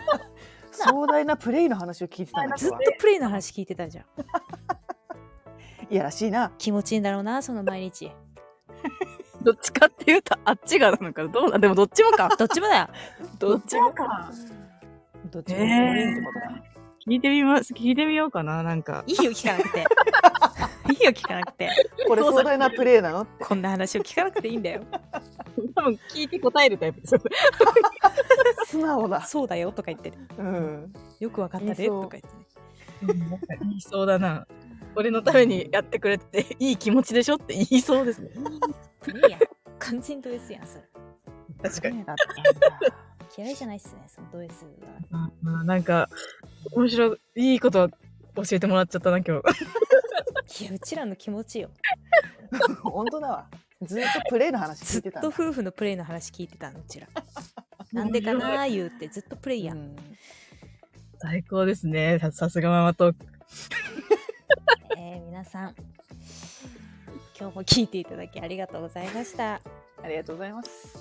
[SPEAKER 2] 壮大なプレイの話を聞いてたんだ
[SPEAKER 1] ずっとプレイの話聞いてたじゃん
[SPEAKER 2] いやらしいな
[SPEAKER 1] 気持ちいいんだろうなその毎日
[SPEAKER 3] どっちかっていうと、あっちがなのかなどうだでもどっちもか。
[SPEAKER 1] どっちもだよ
[SPEAKER 3] どっちもか。
[SPEAKER 2] どっちもいいってことだ
[SPEAKER 3] 聞いてみます。聞いてみようかな、なんか。
[SPEAKER 1] いいよ聞かなく
[SPEAKER 3] [laughs]
[SPEAKER 1] ていいよ聞かなくて
[SPEAKER 2] これ [laughs] 壮大なプレイなの
[SPEAKER 1] こんな話を聞かなくていいんだよ
[SPEAKER 3] 多分聞いて答えるタイプですよね。
[SPEAKER 2] 素直だ
[SPEAKER 1] そうだよとか言ってね
[SPEAKER 2] うん
[SPEAKER 1] よくわかった
[SPEAKER 2] 言
[SPEAKER 1] で
[SPEAKER 2] いそう
[SPEAKER 1] とか言ってね
[SPEAKER 3] [laughs] 言いそうだな。俺のためにやってくれてていい気持ちでしょって言いそうですね。
[SPEAKER 1] プレイヤー完全ド S やんそれ
[SPEAKER 3] 確かに。
[SPEAKER 2] プレイだった
[SPEAKER 1] 嫌いじゃないっすねそのド S が
[SPEAKER 3] まあ、なんか、面白い、いいこと教えてもらっちゃったな、今日。
[SPEAKER 1] いやうちらの気持ちよ
[SPEAKER 2] んだ [laughs] 本当だわずっとプレイの話聞
[SPEAKER 1] ず
[SPEAKER 2] い
[SPEAKER 1] って
[SPEAKER 2] たん
[SPEAKER 1] と
[SPEAKER 2] だ
[SPEAKER 1] 夫婦のプレイの話聞いてたのうち [laughs] らなんでかなー言うてずっとプレイや、
[SPEAKER 2] うんん
[SPEAKER 3] [laughs] 最高ですね。ささすがママトーク。
[SPEAKER 1] えー皆さん今日も聞いていただきありがとうございました
[SPEAKER 2] ありがとうございます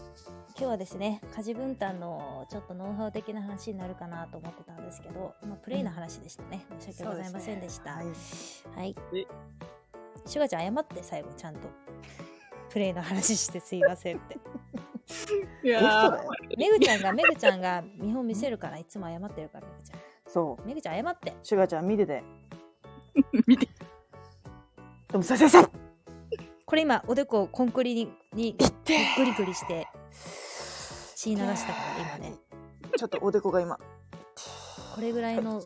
[SPEAKER 1] 今日はですね家事分担のちょっとノウハウ的な話になるかなと思ってたんですけど、まあ、プレイの話でしたね申し訳ございませんでした
[SPEAKER 2] そう
[SPEAKER 1] はい、
[SPEAKER 3] え
[SPEAKER 1] シュガちゃん謝って最後ちゃんとプレイの話してすいませんって
[SPEAKER 3] い
[SPEAKER 2] ゲストだよ
[SPEAKER 1] めぐちゃんがめぐちゃんが見本見せるからいつも謝ってるからめぐちゃ
[SPEAKER 2] そうん
[SPEAKER 1] めぐちゃん謝って
[SPEAKER 2] シュガちゃん
[SPEAKER 1] [laughs]
[SPEAKER 2] 見てて
[SPEAKER 3] 見て
[SPEAKER 2] でもさせさ
[SPEAKER 1] これ今おでこをコンクリにに
[SPEAKER 2] いって
[SPEAKER 1] グリグリして血流したから今ね
[SPEAKER 2] ちょっとおでこが今
[SPEAKER 1] これぐらいの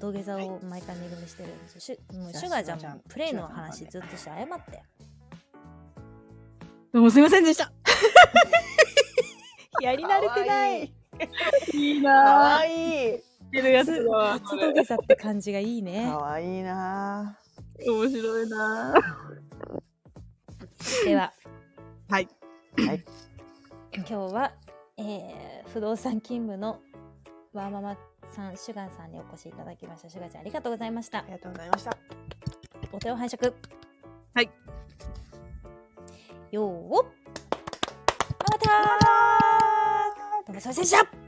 [SPEAKER 1] 土下座を毎回恵みしてるんですよシュもうシュガーちゃん
[SPEAKER 2] シュガーちゃん
[SPEAKER 1] もプレイの
[SPEAKER 2] シュガーちゃん
[SPEAKER 1] 話
[SPEAKER 2] の
[SPEAKER 1] ずっとして謝って
[SPEAKER 3] どうもすいませんで [laughs] した。
[SPEAKER 1] やり
[SPEAKER 2] 慣れてない
[SPEAKER 3] いい
[SPEAKER 2] か
[SPEAKER 3] なぁ。
[SPEAKER 2] わいい
[SPEAKER 3] てるやつ
[SPEAKER 1] 初
[SPEAKER 3] だわ。
[SPEAKER 1] 初土下座って感じがいいね
[SPEAKER 2] [laughs] かわいいな
[SPEAKER 3] 面白いなぁ。
[SPEAKER 1] では
[SPEAKER 2] はい
[SPEAKER 1] 今日は、えー不動産勤務のワーママさん、シュガーさんにお越しいただきました。シュガーちゃん、ありがとうございました
[SPEAKER 2] あり。がとうございました。
[SPEAKER 1] お手を拝借。
[SPEAKER 3] はい。
[SPEAKER 1] よーお。またー。どうもすいませんでした。